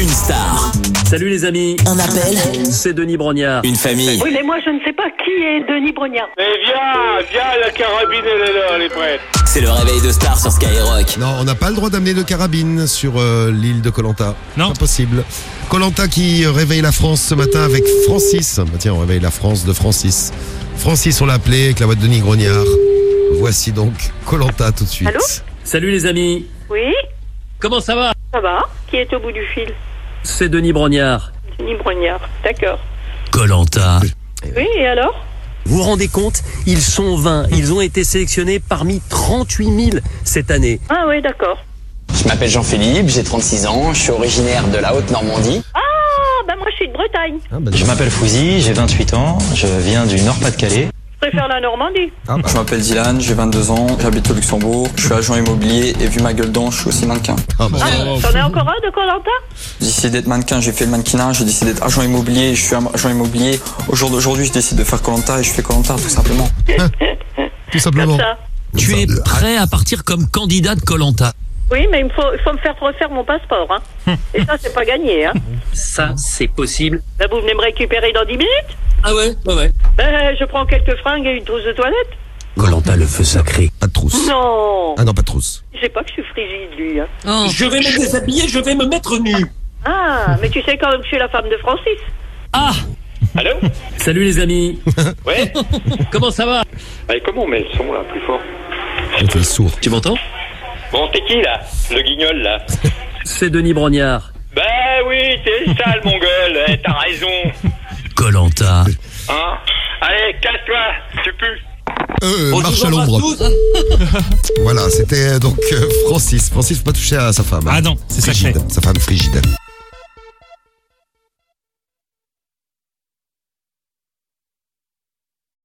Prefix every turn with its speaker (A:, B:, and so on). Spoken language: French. A: Une star,
B: Salut les amis,
A: un appel,
B: c'est Denis Brognard.
A: une famille,
C: Oui, mais moi, je ne sais pas qui est Denis Brognard.
D: Eh viens, viens, la carabine elle est là, elle est prête.
A: c'est le réveil de star sur Skyrock.
E: Non, on n'a pas le droit d'amener de carabine sur euh, l'île de Colanta.
F: Non.
E: Pas possible. Colanta qui réveille la France ce matin avec Francis. Bah tiens, on réveille la France de Francis. Francis, on l'a appelé avec la voix de Denis Grognard. Voici donc Colanta tout de suite.
C: Allô
B: Salut les amis,
C: Oui,
B: comment ça va
C: ça va. Qui est au bout du fil
B: C'est Denis Brognard.
C: Denis Brognard. D'accord.
B: Colanta.
E: Eh
C: Oui, et alors
B: Vous vous rendez compte Ils sont 20. Ils ont été sélectionnés parmi 38 000 cette année.
C: Ah oui, d'accord.
G: Je m'appelle Jean-Philippe, j'ai 36 ans, je suis originaire de la Haute-Normandie.
C: Ah, bah moi, je suis de Bretagne.
E: Ah, bah,
H: Je m'appelle Fouzi, j'ai 28 ans, je viens du Nord-Pas-de-Calais.
C: Je préfère la Normandie.
I: Je m'appelle Dylan, j'ai 22 ans, j'habite au Luxembourg, je suis agent immobilier et vu ma gueule d'ange, je suis aussi mannequin.
E: ah, bah,
C: T'en as encore un de Colanta
I: J'ai décidé d'être mannequin, j'ai fait le mannequinat, j'ai décidé d'être agent immobilier, je suis agent immobilier. Au jour d'aujourd'hui, je décide de faire Colanta et je fais Colanta tout simplement.
E: tout simplement.
C: Ça.
B: Tu es prêt à partir comme candidat de Colanta
C: Oui, mais il me faut, il faut me faire refaire mon passeport. Hein. Et ça, c'est pas gagné. Hein.
B: Ça, c'est possible.
C: Bah, vous venez me récupérer dans 10 minutes
B: Ah ouais, ouais, ouais.
C: Ben, je prends quelques fringues et une trousse de toilette.
B: Colanta, le feu sacré.
E: Pas de trousse.
C: Non,
E: Ah non, pas de trousse.
C: je sais pas que je suis frigide, lui. hein.
B: Je vais me déshabiller, je vais me mettre nu.
C: Ah, mais tu sais quand même que je suis la femme de Francis.
B: Ah
D: Allô
B: Salut les amis,
D: Ouais
B: comment ça va
D: Allez, comment on met le son là, plus fort
E: On fait le Oh, sourd.
B: Tu m'entends
D: Bon, t'es qui là Le guignol là
B: C'est Denis Brognard.
D: Bah oui, t'es sale mon gueule, Eh, t'as raison.
B: Colanta.
D: Hein Allez, casse-toi, tu pues.
E: Euh, marche à l'ombre. Voilà, c'était donc euh, Francis. Francis, faut pas toucher à sa femme. hein.
F: Ah non, c'est sacré.
E: Frigide. Sa femme frigide.